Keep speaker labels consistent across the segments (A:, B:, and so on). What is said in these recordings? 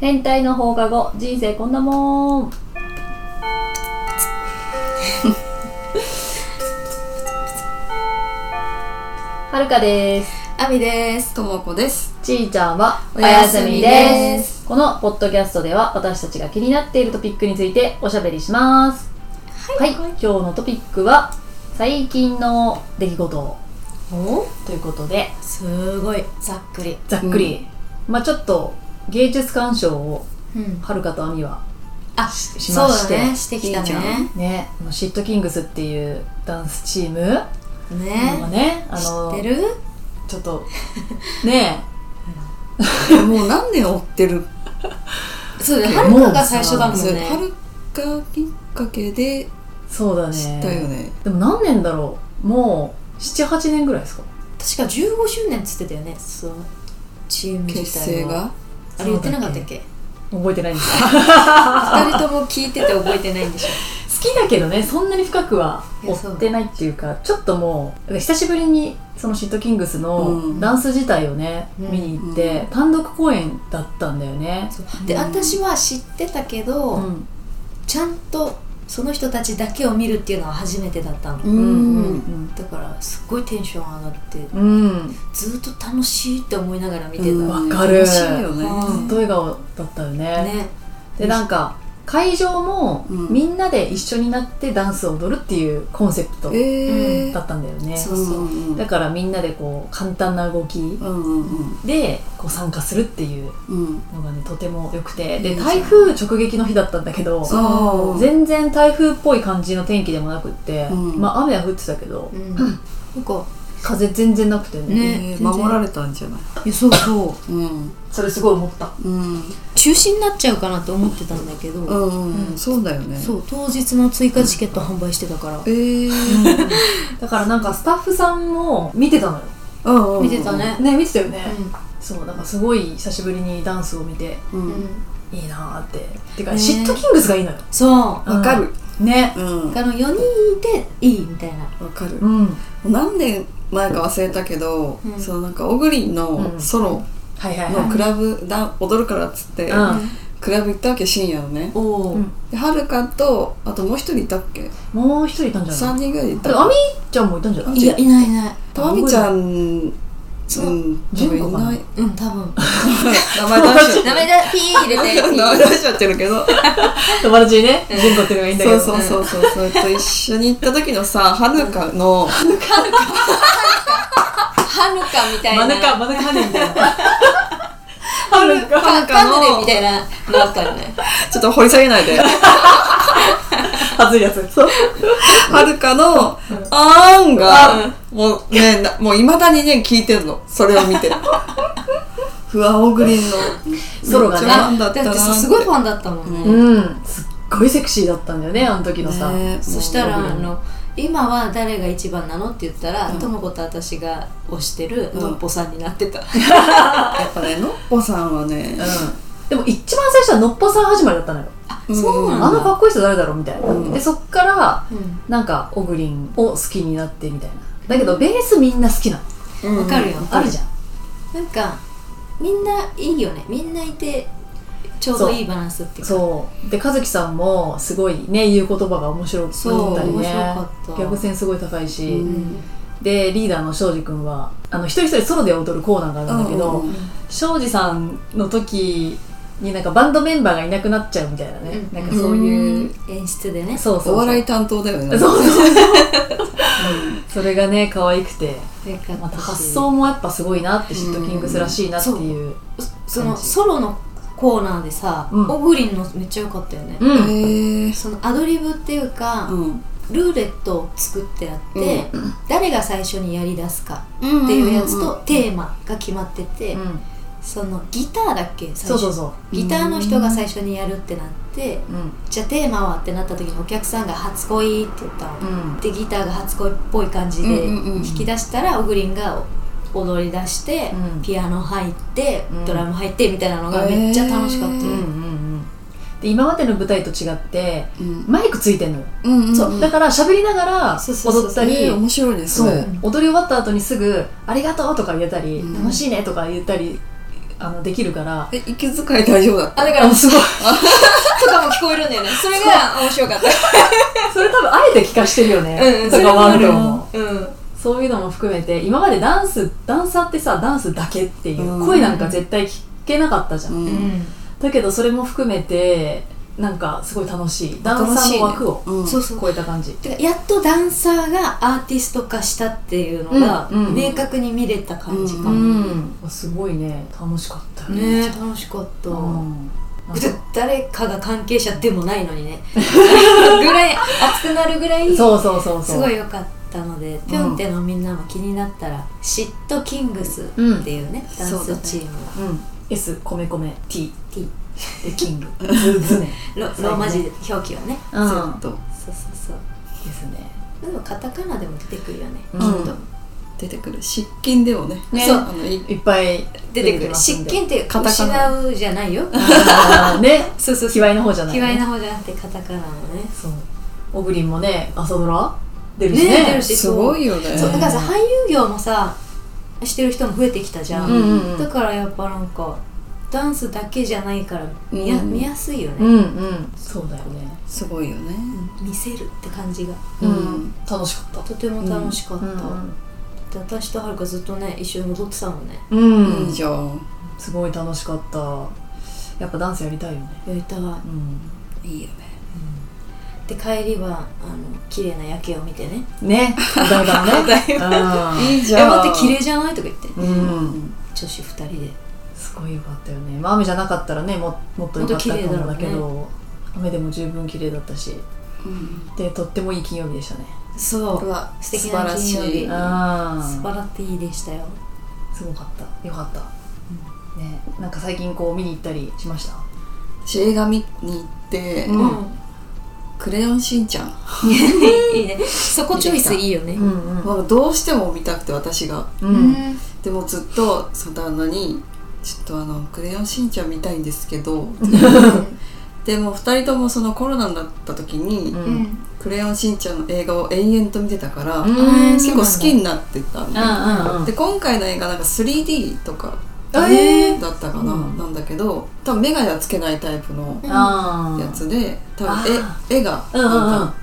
A: 変態の放課後人生こんなもんはるかです
B: あみです。ともこです。
A: ちーちゃんは
B: おやすみです
A: このポッドキャストでは私たちが気になっているトピックについておしゃべりしますはい、今日のトピックは最近の出来事
B: お
A: ということです
B: ごい。ざっくり。
A: ざっくり、まあちょっと芸術鑑賞を
B: うん。うん。
A: はるかとあみは
B: あ、
A: しまし
B: そうだ
A: て
B: ね。してきた
A: いいじゃん
B: ね。
A: ねあのシットキングスっていうダンスチームのが
B: ね。
A: ねあ
B: 知
A: の
B: ってる
A: ちょっとね
C: もう何年追ってる
B: そうだね。
A: もう
B: はるかが最初だもん
C: そうは
B: ね。
C: るかきっかけで
A: そうだね
C: 知ったよね
A: でも何年だろうもう78年ぐらいですか
B: 確か15周年っつってたよね。そう。チーム自体は
C: 結成が
B: あれ言ってなかったっけ
A: 覚えてないんですか
B: 二人とも聞いてて覚えてないんでしょ。
A: 好きだけどねそんなに深くはい
B: やそう
A: 追ってないっていうかちょっともう久しぶりにそのシットキングス
C: う
A: の
C: ん
A: ダンス自体をね、
B: うん
A: 見に行って、単独公演だったんだよね
B: そうで、私は知ってたけ
A: う
B: ど、
A: ん
B: ちゃんとその人たちだけを見るっていうのは初めてだったの。
C: う
A: うん
B: だからすっごいテンション上がって
A: うん
B: ずっと楽しいって思いながら見てた、
A: うんわ
C: わ
A: かる
C: 楽しいよね
A: ずっと笑顔だったよ
B: ね
A: でなんか会場も
C: うん
A: みんなで一緒になってダンスを踊るっていうコンセプト
C: ええ
A: だったんだよね、
B: そうそう
C: うん
A: だからみんなでこう簡単な動き
C: うんうん
A: でこう参加するっていう
C: うん
A: のがねとても良くて
B: い
A: で
B: いじゃん
A: 台風直撃の日だったんだけど
C: そう
A: 全然台風っぽい感じの天気でもなくって、
C: うん
A: まあ雨は降ってたけど
B: うん、なんか
A: 風全然なくてね
B: ね
C: え
B: 全
C: ー
B: 然
C: 守られたんじゃない
B: いやそうそ
C: うん
A: それすごい思った
C: うんうん
B: う中止になっちゃうかなと思ってたんだけど、
C: うん
A: う
C: うんんそうだよね
B: そう当日の追加チケット販売してたから、
C: ええ
A: だからなんかスタッフさんも見てたのよ
C: うんうん
B: 見てたね
A: ね見てたよね、そうだからすごい久しぶりにダンスを見て
C: う
B: うんん、
A: いいなーっててか、
B: ね
A: シットキングスがいいのよ
B: そう
C: わかる
A: ね
C: うん
B: あの4人でいいみたいな
C: わかる
A: うん
C: 何年前か忘れたけど
B: うん
C: そのなんか小栗
A: う
C: の
A: ん
C: ソロ
A: はいはい
C: の
A: は
C: クラブだ踊るからっつって
A: うん
C: クラブ行ったわけ深夜のね
B: おお、
A: うん
C: ではるかとあともう一人いたっけ
A: いもう一人いたんじゃない
C: 3人ぐらいい
A: あれ
C: た
A: アミちゃんもいたんじゃない
B: いやいないいない
C: たまみちゃんうん
B: そう
C: 多分
A: 純
C: い
A: 子かな
C: ない
B: うん多分
C: 名前出しち
B: ダメだピー入れて
C: ゃって名前出しちゃってるけど
A: 友達にね純子っていうのがいいんだけ
C: そ
A: ど
C: うそうそうそうそれと一緒に行った時のさはるかの
B: はるかみたい
A: マ
B: な
A: ヌカマヌカハネみ たいなはるか
B: カ
C: はる
B: カ
C: か
B: ヌレ
C: の
B: みたいなのあったよね
C: ちょっと掘り下げないで
A: はずいやつそう
C: はるかのあーんがもうねなもういまだにね聞いてるのそれを見てふわおぐりんの
A: ソロがね
C: めっちゃファンだっ
B: だ
C: たな
B: って
C: ー
B: さ
C: って
B: すごいファンだったもんね、
C: うん
A: うんすっごいセクシーだったんだよねあの時のさ、
C: ね
B: そしたら
A: もう
B: あの今は誰が一番なのって言ったら、
C: うん
B: ともこと私が推してる
C: うん
B: のっぽさんになってた、
C: やっぱねのっぽさんはね
A: うんでも一番最初はのっぽさん始まりだったのよ、
B: あそうなんだ
A: あのかっこいい人誰だろうみたいな、
C: うん
A: でそっから
B: うん
A: なんかオグリンを好きになってみたいなだけどベースみんな好きなの
C: わ
B: わかるよ
A: あるじゃん
B: なんかみんないいよねみんないてちょうどいいバランスっていうか
A: そうで和樹さんもすごいね言う言葉が面白か
B: そう
A: ったり
B: 面
A: ね
B: 白かった
A: 逆線すごい高いし、
C: うん
A: でリーダーの庄司君はあの一人一人ソロで踊るコーナーがあるんだけ
C: う
A: ど
C: ん
A: 庄司さんの時になんかバンドメンバーがいなくなっちゃうみたいなね、
B: うん
A: なんかそういう、
B: 演出でね
A: そうそうそう
C: お笑い担当だよね
A: そうそうそうそれがね可愛くて
B: よかったし
A: また発想もやっぱすごいなってシットキングスらしいなっていう
B: そのソロのコーナーでさ、
A: うん
B: オグリンのめっちゃ良かったよね、
A: うん、うん
C: へえ
B: そのアドリブっていうか、
C: うん
B: ルーレットを作ってあって、誰が最初にやりだすか
C: っ
B: っていうやつとテーマが決まってて、そのギターだっけ最初
A: そうそうそ
B: ギターの人が最初にやるってなって、
A: ううん
B: じゃあテーマはってなった時にお客さんが「初恋」って言ったの、
A: うん
B: でギターが初恋っぽい感じで
C: うんうんうん
B: 弾き出したら、オグリンが踊り出して、
A: うん
B: ピアノ入って、
A: うん
B: ドラム入ってみたいなのがめっちゃ楽しかったよ、
C: へ
A: うんうんうんで今までの舞台と違って
C: うん
A: マイクついてんのよ、
C: うんうん
A: そうだから喋りながら
B: そうそうそう
A: 踊ったり
C: ね面白いね
A: そ
C: そうれ
A: 踊り終わった後にすぐ「ありがとう」とか言えたり「
C: うん
A: 楽しいね」とか言ったりあのできるから
C: え、息遣い大丈夫だった
B: あだから
A: あすごい
B: とかも聞こえるんだよねそれが面白かった
A: それ多分あえて聞かしてるよね
B: うんうん
A: と
B: それ
A: かも
B: も
A: あ
B: あ
A: る
B: る
A: と思う
B: うん
A: そういうのも含めて今までダンスダンサーってさダンスだけっていう、
C: うん
A: 声なんか絶対聞けなかったじゃん、
C: うん
A: だけどそれも含めてなんかすごい楽しいダンサーの枠を
C: うん
B: そうそう
A: 超えた感じ、
B: てかやっとダンサーがアーティスト化したっていうのが
A: うんうん
B: 明確に見れた感じか
C: う
B: も、
A: ん、すごいね楽しかったよ
B: ねえ楽しかった、
A: うんなんか
B: で誰かが関係者でもないのにねぐらい熱くなるぐらい
A: そうそうそうそう
B: すごい良かったのでぴょんてのみんなも気になったら、シットキングスっていうね、ダン
C: そうだ
B: ス
C: ね
B: チームが
A: うん S 米米 T
B: T
A: でキングズズね
B: ロ
A: そうね
B: ローマ字表記はね
A: う
C: ちょっと
B: そうそうそう
A: ですね
B: でもカタカナでも出てくるよね、
A: うん
B: きっと
C: 出てくる失禁でもね
A: ね
C: そうあのい
A: いっぱい
B: 出てくる
A: ますん
B: 失
A: で
B: 禁って
C: カタカナ
B: 失うじゃないよ
A: あーね
B: そうそう
A: 卑猥の方じゃない
B: 卑猥な方じゃなくてカタカナのね
A: そうオグリンもね朝ドラ出るし
B: ね出
A: ね
B: るし
C: すごいよね
B: そううんだからさ俳優業もさしてる人も増えてきたじゃん、
A: うんうんうん
B: だからやっぱなんかダンスだけじゃないから見や,、
C: うん
B: 見やすいよね、
A: うんうんそうだよね
C: すごいよね
B: 見せるって感じが
C: うん
A: 楽しかった
B: とても楽しかった、
A: うん
B: で私とはるかずっとね一緒に戻ってたもんね
A: うん
C: いいじゃん
A: すごい楽しかったやっぱダンスやりたいよね
B: やりたい
A: うん
C: いいよね
B: で帰りはあの綺麗な夜景を見てね
A: ねだいだねうん
C: いい
B: 「え
C: じゃん
B: 待って綺麗じゃない?」とか言って
A: うん
B: 女子2人です
A: ごいよかったよね、まあ、雨じゃなかったらねももっと良かったと思うんだけ
B: もっと綺麗だ
A: ど
B: ろ
A: 雨でも十分綺麗だったし
C: うん
A: でとってもいい金曜日でしたね
B: そう
C: わ
B: 素敵な金曜日
C: 素晴らしい
A: あ
B: 素
A: あ
B: 晴らっていいでしたよ
A: すごかったよかった、ねなんか最近こう見に行ったりしました
C: 私映画見に行って
A: うん
C: クレヨンしんちゃん
B: いいねそこチョイスいいよね
A: ん
C: はどうしても見たくて私が
A: う
B: うん
C: でもずっとその旦那に「ちょっとあのクレヨンしんちゃん見たいんですけど」 でも2人ともそのコロナになった時に、
A: うん
B: うん
C: クレヨンしんちゃん」の映画を延々と見てたから、
A: うん
C: 結構好きになってたん
A: うんうんうん
C: で今回の映画なんか 3D とかだ
A: あえー
C: ったかな、
A: うん
C: なんだけど多分眼鏡はつけないタイプの
A: ああ
C: やつで多
A: あ
C: 分
A: ー
C: 絵絵が
A: うんうんう
C: なんんか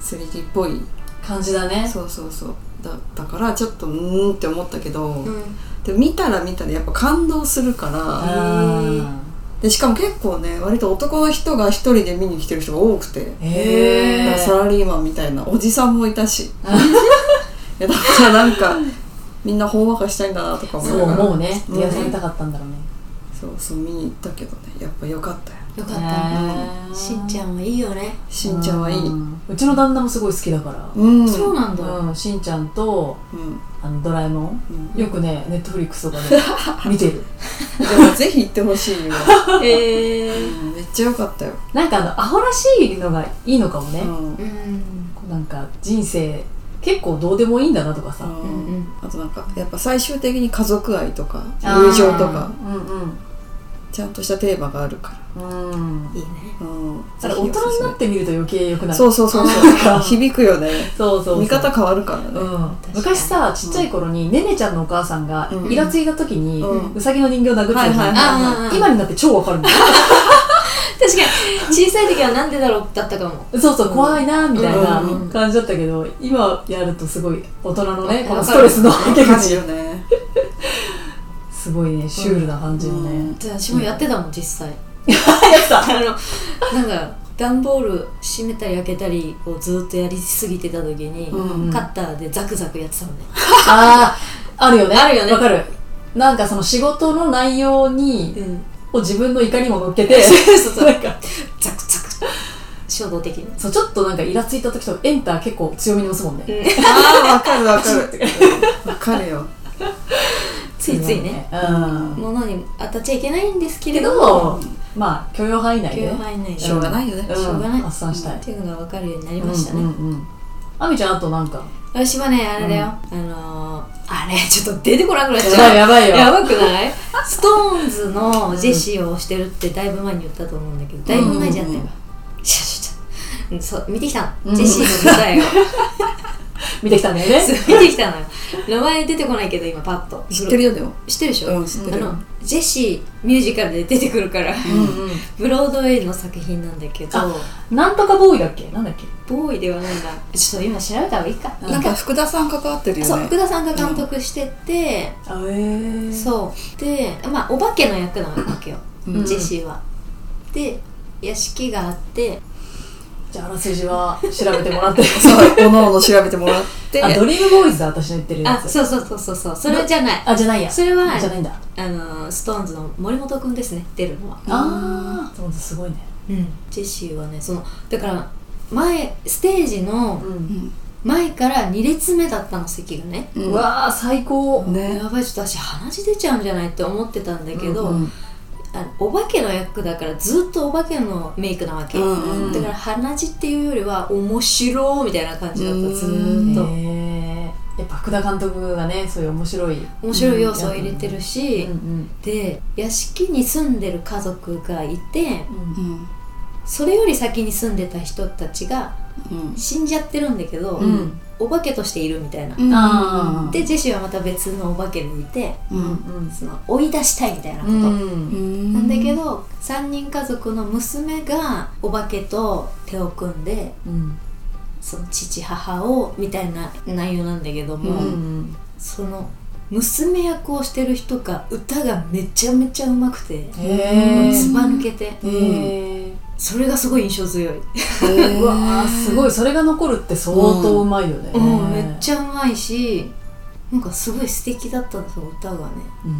C: 3D っぽい、
A: 感じだね
C: そうそうそうだったからちょっとうーんって思ったけど、
B: うん
C: で見たら見たらやっぱ感動するから
A: あ
C: でしかも結構ね割と男の人が一人で見に来てる人が多くて
A: ーへ
C: だからサ
A: え
C: ラリーマンみたいなおじさんもいたし いやだからなんかみんなほんわかしたいんだなとか思い
A: そう
C: ながら
A: 思うね
C: うん
A: 癒されたかったんだろうね
C: そうそう見に行ったけどねやっぱよかったよ
B: よかったね
A: ね
B: しんちゃんはいいよね
C: しんちゃんはいうい
A: んうちの旦那もすごい好きだから
C: うん
B: そうなんだ
A: うん、しんちゃんと
C: うん
A: あのドラえもん
C: うん
A: よくねネットフリックスとかで 見てる
C: でもぜひ行ってほしいよ、
B: へえ
C: うんめっちゃよかったよ、
A: なんかあのアホらしいのがいいのかもね
C: う、ん
B: う
C: うん
B: ん
A: こうなんか人生結構どうでもいいんだなとかさ、
B: うん
C: あとなんかやっぱ最終的に家族愛とか
A: あー
C: 友情とか
A: うん
C: ちゃんとしたテーマがあるか
A: うんうん
B: いいね
C: ら、うん、
A: だから大人になってみると余計良くなる
C: そううそうそう
A: なん
C: そう
A: か
C: 響くよね
A: そうそうそう
C: 見方変わるからね、
A: うん
B: か、に
A: 昔さちっちゃい頃に、ねねちゃんのお母さんが
C: うん
A: イラついた時に、う
C: うん
A: さぎの人形殴ってたじゃん、
C: はいはい
B: はいはい
A: 今になって超わかるもん
B: 確かに小さい時はなんでだろうだったかも
A: そうそう怖いなみたいな
C: うんうん
B: うん
A: 感じだったけど、今やるとすごい大人のねこの
B: わかる
A: ストレスの受け
C: 感じ
A: 口
C: よね
A: すごいねシュールな感じよね、
C: うん
B: 私もやってたもん実際
A: やってた
B: あのなんか段ボール閉めたり開けたりをずっとやりすぎてた時に、
C: うん
A: うん
B: カッターでザクザクやってたのね
A: あああるよね
B: あるよね
A: わかるなんかその仕事の内容に
B: うん
A: を自分の怒りも乗っけて
B: そうそう
A: なんか
B: ザクザク衝動的に
A: そうちょっとなんかイラついた時とかエンター結構強めに押すもんね
C: ああわかるわかるうんわかるよ
B: ついついね
A: うん
B: 物に当たっちゃいけないんですけれ
A: け
B: ど
A: どまあ許容範囲内
B: 許
A: で
B: 容範囲内で
C: しょうがないよね、
A: うん
B: しょうがない
A: 発散したい
B: っていうのが分かるようになりましたね、
A: うんうんうんあみちゃんあとなんか
B: 私はねあれだよ、あのー、あれちょっと出てこなくなっち
A: やばい
B: ゃう
A: やばいよ
B: やばくないストーンズのジェシーをしてるってだいぶ前に言ったと思うんだけど、だいぶ前じゃんったよ、
C: うん
B: ちょちょちょそう見てきたの、
A: うん
B: ジェシーの舞台を
A: 見てきたんだよ ね。
B: 見てきたのよ名前出てこないけど今パッと
C: 知ってるよでも
B: 知ってるでしょ、
C: うん知って
B: あ
C: る
B: のジェシーミュージカルで出てくるから、
C: うん
B: ブロードウェイの作品なんだけど
A: あなんとかボーイだっけなんだっけ
B: ボーイではないんだちょっと今調べた方がいいかいい
C: なん
B: か
C: か福田さん関わってるよ
B: そう
C: ね
B: 福田さんが監督してて、
A: あえー
B: そうでまあお化けの役なわけよ、
C: うん
B: ジェシーはで屋敷があって
A: じゃああらすじは調べてもらって。
C: そうおのおの調べてもらって
A: あ、ドリームボーイズだ、私の言ってるや
B: あ
A: つ。
B: そうそうそうそうそうそれじゃない
A: あ、じゃないや。
B: それは
A: じゃないんだ。
B: あのストーンズの森本くんですね出るのは、
A: あー、そうすごいね。
B: うん、ジェシーはねそのだから前ステージの
A: うん。
C: う
B: 前から2列目だったの席がね、
C: ん
A: うわー、最高。
C: ね
B: やばいちょっと私鼻血出ちゃうんじゃないって思ってたんだけど、
C: うん
B: あのお化けの役だからずっとお化けのメイクなわけ、
C: うん
A: うん
B: だから鼻血っていうよりは面白いみたいな感じだったずーっと、
A: へーやっぱ福田監督がね、そういう面白い。
B: 面白い要素を入れてる
A: う
B: し、
A: ん
B: で屋敷に住んでる家族がいて
A: うん。
C: うん
B: それより先に住んでた人たちが
C: うん
B: 死んじゃってるんだけど、
A: うん。
B: お化けとしているみたいな、
C: うん
A: あー
B: でジェシーはまた別のお化けにいて
C: う
A: うんん。
B: その追い出したいみたいなこと、
A: うん。
B: なん
C: ん
B: だけど3人家族の娘がお化けと手を組んで
A: うん。
B: その父母をみたいな内容なんだけども、
C: うん
A: ん。
B: その娘役をしてる人が歌がめちゃめちゃうまくて
A: へ
B: ず
A: ー
B: ば抜けて
A: へー
B: それがすごい印象強い、
A: うわー、すごい。それが残るって相当うまいよね。
B: うん、めっ
A: ゃ。
B: ちゃうまいしなんかすごい素敵だったんですよ歌がね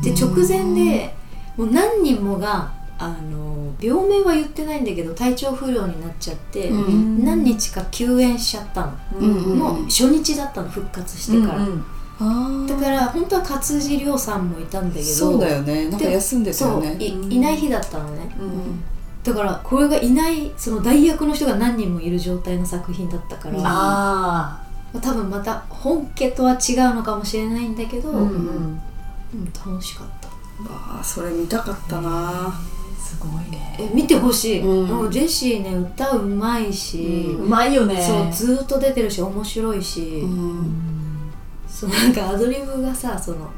A: う
B: で
A: ん
B: 直前でもう何人もがあの病名は言ってないんだけど体調不良になっちゃって、
C: うん
B: 何日か休園しちゃったの、
C: うん
B: もう初日だったの復活してから、
A: うんうん
C: あ
B: だ
C: あ
B: から本当は勝地涼さんもいたんだけど
C: そうだよねなんか休んでた
B: そ
C: よ
B: う
C: ね
B: い
A: うん
B: いない日だったのね
A: うん
B: だからこれがいないその代役の人が何人もいる状態の作品だったから、ま
A: あ
B: あ多分また本家とは違うのかもしれないんだけど、
A: あ、
B: うん
A: ん、
B: 楽しかった
C: わあそれ見たかったな
A: すごいね
B: え見てほしい、
C: うん
B: もうジェシーね歌うまいし、
A: うまいよね
B: そうずーっと出てるし面白いし、
C: うん
B: そうなんかアドリブがさその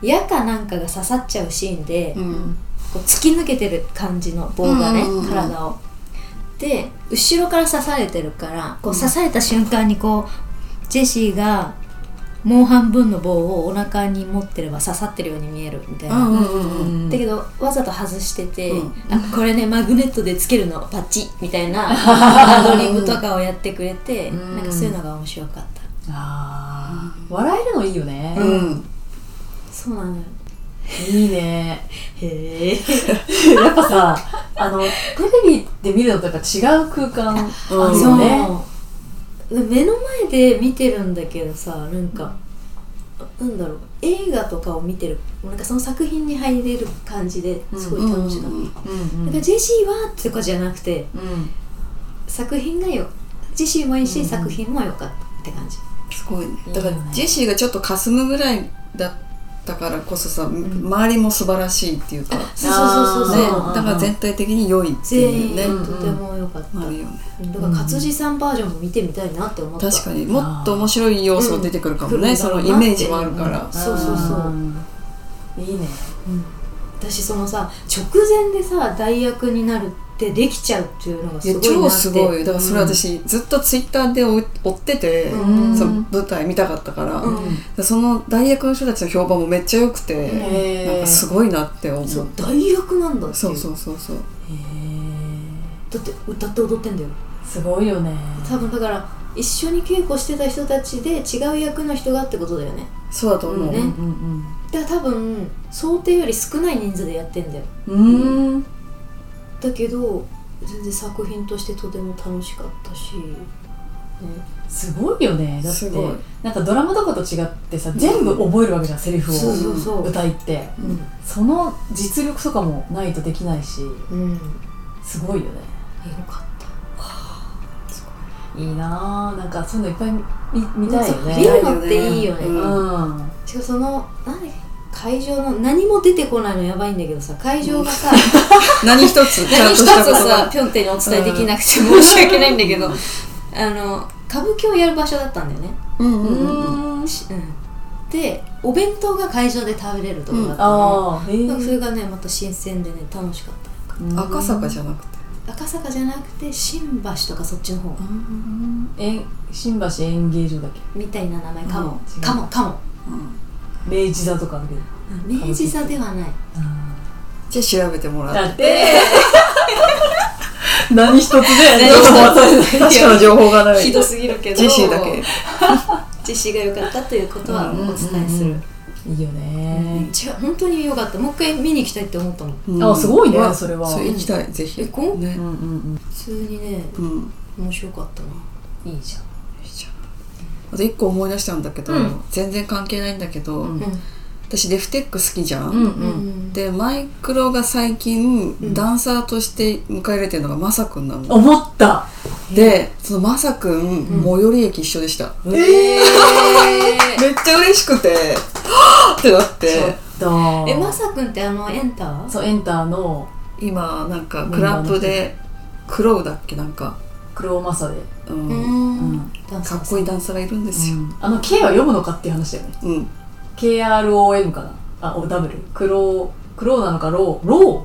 B: 矢かなんかが刺さっちゃうシーンで、
C: うん
B: こう突き抜けてる感じの棒がね、
C: うんうんうん
B: 体を。で後ろから刺されてるからこう刺された瞬間にこう、ジェシーがもう半分の棒をお腹に持ってれば刺さってるように見えるみたいな。
C: うん
A: うん
B: だけどわざと外してて、
C: うん
B: あこれねマグネットでつけるのパチッみたい なアドリブとかをやってくれて、
A: うん
B: なんかそういうのが面白かった
A: ああ笑えるのいいよね、
C: うん
B: そうなのよ
A: いいね
B: へえ
A: やっぱさあのテレビで見るのとやっぱ違う空間あ
C: うん
A: る
B: そ
A: よ
B: う、
A: ね
B: 目の前で見てるんだけどさなんかなんだろう映画とかを見てるなんかその作品に入れる感じですごい楽しかった、
C: うん
A: うん
B: なんかジェシーはとかじゃなくて
A: うん
B: 作品がよジェシーもいいし、
A: うん
B: 作品も良かったって感じ
C: すごいね
A: いいよね
C: だからジェシーがちょっと霞むぐらいだったからこそさ、周りも素晴らしいっていうか、ね、
B: そうそうそうそう
A: あー
C: だから全体的に良いって
B: 全
C: いう
B: 員
C: ね、
A: うん
B: とても良かった、
C: あるよね
B: だから勝地さんバージョンも見てみたいなって思った
C: 確かにもっと面白い要素出てくるかもね、
B: うん
C: そのイメージもあるから、
B: そうそうそう
A: ういいね
B: うん私そのさ直前でさ代役になるってできちゃうっていうのが
C: い
B: す
C: や
B: ごいなって
C: 超すごいよだからそれ私、ずっとツイッターで追追ってて、
B: うん
C: その舞台見たかったから、
B: うん
C: その代役の人たちの評判もめっちゃ良くて、
A: へー
C: なんかすごいなって思う
B: そ
C: そうう
B: 大役なんだって
C: そう
B: う
C: そうそうそう
A: へ
B: だって歌って踊ってんだよ
A: えすごいよね
B: 多分だから一緒に稽古してた人たちで違う役の人がってことだよね
C: だと思う、
B: ね
A: うんうん
B: だから多分想定より少ない人数でやってんだよ
A: うんうーん
B: だけど全然作品としてとても楽しかったし、ね、
A: すごいよねだって
C: すごい
A: なんかドラマとかと違ってさ全部覚えるわけじゃんセリフを
B: そうそうそう
A: 歌いって
B: うん、
A: その実力とかもないとできないし
B: うん、よ
A: すごいよね
B: かった
A: いいなあなんかそういうのいっぱい見見たいよ
B: 見
A: ね
B: るのっていいよね、
C: う
A: うんん
B: しかもそのなんだっけ会場の何も出てこないのやばいんだけどさ会場がさ、
C: 何一つちゃ
B: 何
C: ん
B: 一つ
C: としたこと
B: さ
C: が
B: ピョンテにお伝えできなくて申し訳ないんだけど、あの歌舞伎をやる場所だったんだよね
C: うん
B: う
C: うんうんうん
B: ーんしうんでお弁当が会場で食べれるところだったの、
A: ああへ
B: なんかそれがねまた新鮮でね楽しかった
C: 赤坂じ
A: ゃ
C: ゃなくて
B: 赤坂じゃなくて新橋とかそっちの方
A: んえ新橋演芸場だっけ
B: みたいな名前か
A: う
B: も、
A: ん違う
B: かもかも
A: 明治座とかだけど
B: 明治座ではない
C: じゃあ調べてもらって
A: だって何一つで
B: 何一つ
C: 確かな情報がない
B: ひどすぎるけど
C: ジェシーだけ
B: ジェシーが良かったということはお伝えする、
A: いいよね
B: 違う本当に良かったもう一回見に行きたいって思ったもん普
C: うん
A: あすごいね
C: わ
A: それは
C: そう行きたいぜひ
B: えこん
C: ね
A: うんうん
B: 通にね
C: うん
B: 面白かったな
A: うんいいじゃん
C: あと一個思い出したんだけど、
A: うん
C: 全然関係ないんだけど、
A: うん
C: 私デフテック好きじゃ
A: う
C: ん、
A: ん
B: う
A: うん
B: ん
C: でマイクロが最近、
B: うん
C: ダンサーとして迎え入れてるのがマサくんなの
A: 思った
C: でそのマサくん、最寄り駅一緒でした、
A: え
B: え
C: めっちゃ嬉しくてはぁってなって
A: ちょっと
B: ー、えまさくんってあのエンター
A: そうエンターの
C: 今なんかクラップでクロウだっけなんか、
A: 黒マサで、
C: うん
B: う
A: う
B: ん
A: ん
B: ダンサーさ
C: か
B: ん
C: っこいいダンサーがいるんですよ、
A: あの K は読むのかっていう話だよね
C: うん
A: KROM かなあお W 黒黒なのかローロ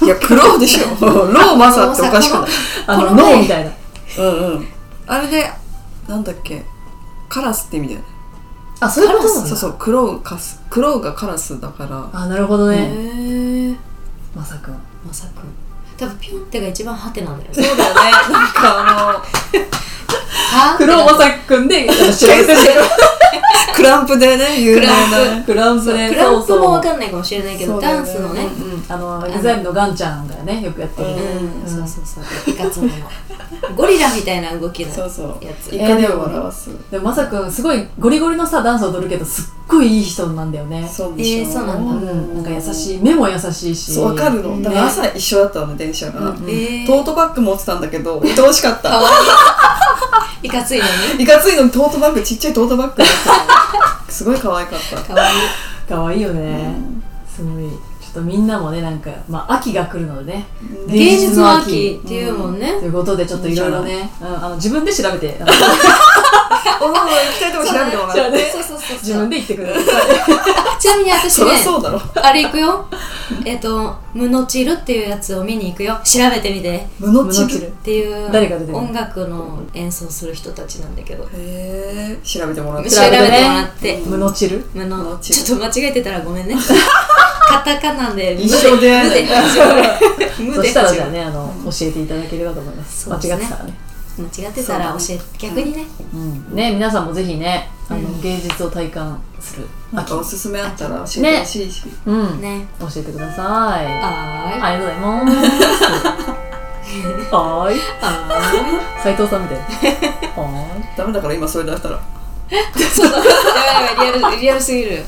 A: ー
C: いやクロウでしょ ロウマサっておかしくない
A: あの
B: この前
A: ローみたいな
C: うんうんあれでなんだっけカラスって意味だよね
A: あそういうことなんだ
C: そうそうクロウカスクロウがカラスだから
A: あなるほど
B: へ
A: ね、
B: ー
A: まさくん
B: まさくん多分ピョンってが一番ハテナだよね
C: そうだよねなんかあの
B: は
A: 黒まさくんで調べて
C: クランプでね有名な
A: クランプで
B: クランプもわ
A: ん
B: かんないかもしれないけ
C: そ
B: ど
C: うだよ
B: ダンスのね
C: うんうん
A: あのエグザイルのガンちゃんがねよくやってる、
C: うん
B: うんそうそうそういかつめのゴリラみたいな動きの
C: そうそう
B: やつ
C: 怒りを笑わす
A: でもまさくんすごいゴリゴリのさダンス踊るけどすっごいいい人なんだよね
C: そう
B: えーそうなんだ
A: うん、なんか優しい目も優しいし
C: そうわかるのだから朝一緒だったの電車が、
A: うん
B: えー
C: トートバッグ持ってたんだけど愛おしかっ
B: か
C: た
B: わいいいかついのに
C: いかついのにトートバッグちっちゃいトートバッグ持ってたすごい可愛かっ
B: か
C: た
B: わいい
A: 可愛いよね、すごいちょっとみんなもねなんか、まあ、秋が来るのでね
C: うん
B: 芸術の秋っていうもんね、
A: ということでちょっといろいろね、うん、あの自分で調べてあの
C: おのおの行きたいとこ調べてもらって
A: そうね
B: そうそうそう
A: 自
B: そう
A: 分で行ってください
B: ちなみに私
C: そり
B: ね
C: ゃそうだろ
B: あれ行くよえっ、と「ムノチル」っていうやつを見に行くよ調べてみて
C: 無のチル
A: へ
B: っていう
A: 誰が出てる
B: 音楽の演奏する人たちなんだけど調
C: へえ調べてもらっ
B: べ
C: て
B: て
A: 調べてね
B: もらって
A: 無のチル
B: 「ムノ
C: チル
B: ちょっと間違えてたらごめんねカタカナで「ム
C: 一緒で
B: 無で「無で」
A: そ
B: 無で
A: したらじゃあ
B: 間
A: ねあの、教えていただければと思います
B: そうです
A: 間
B: ね
A: 違ってたらね,、
B: 違ってたら教えて逆にね
A: うん、ね皆さんもぜひねあの、
B: うん
A: 芸術を体感する
C: なん
A: 秋
C: かおすすめあったら教えてほしいし、
A: うん、
B: ね
A: 教えてください
B: あーい
A: ありがとうございま す。はーい。
B: あーい
A: 斉藤さんみたい な。は
C: ダメだから今それだったら
B: そうだやばいやばいリアルリアルすぎる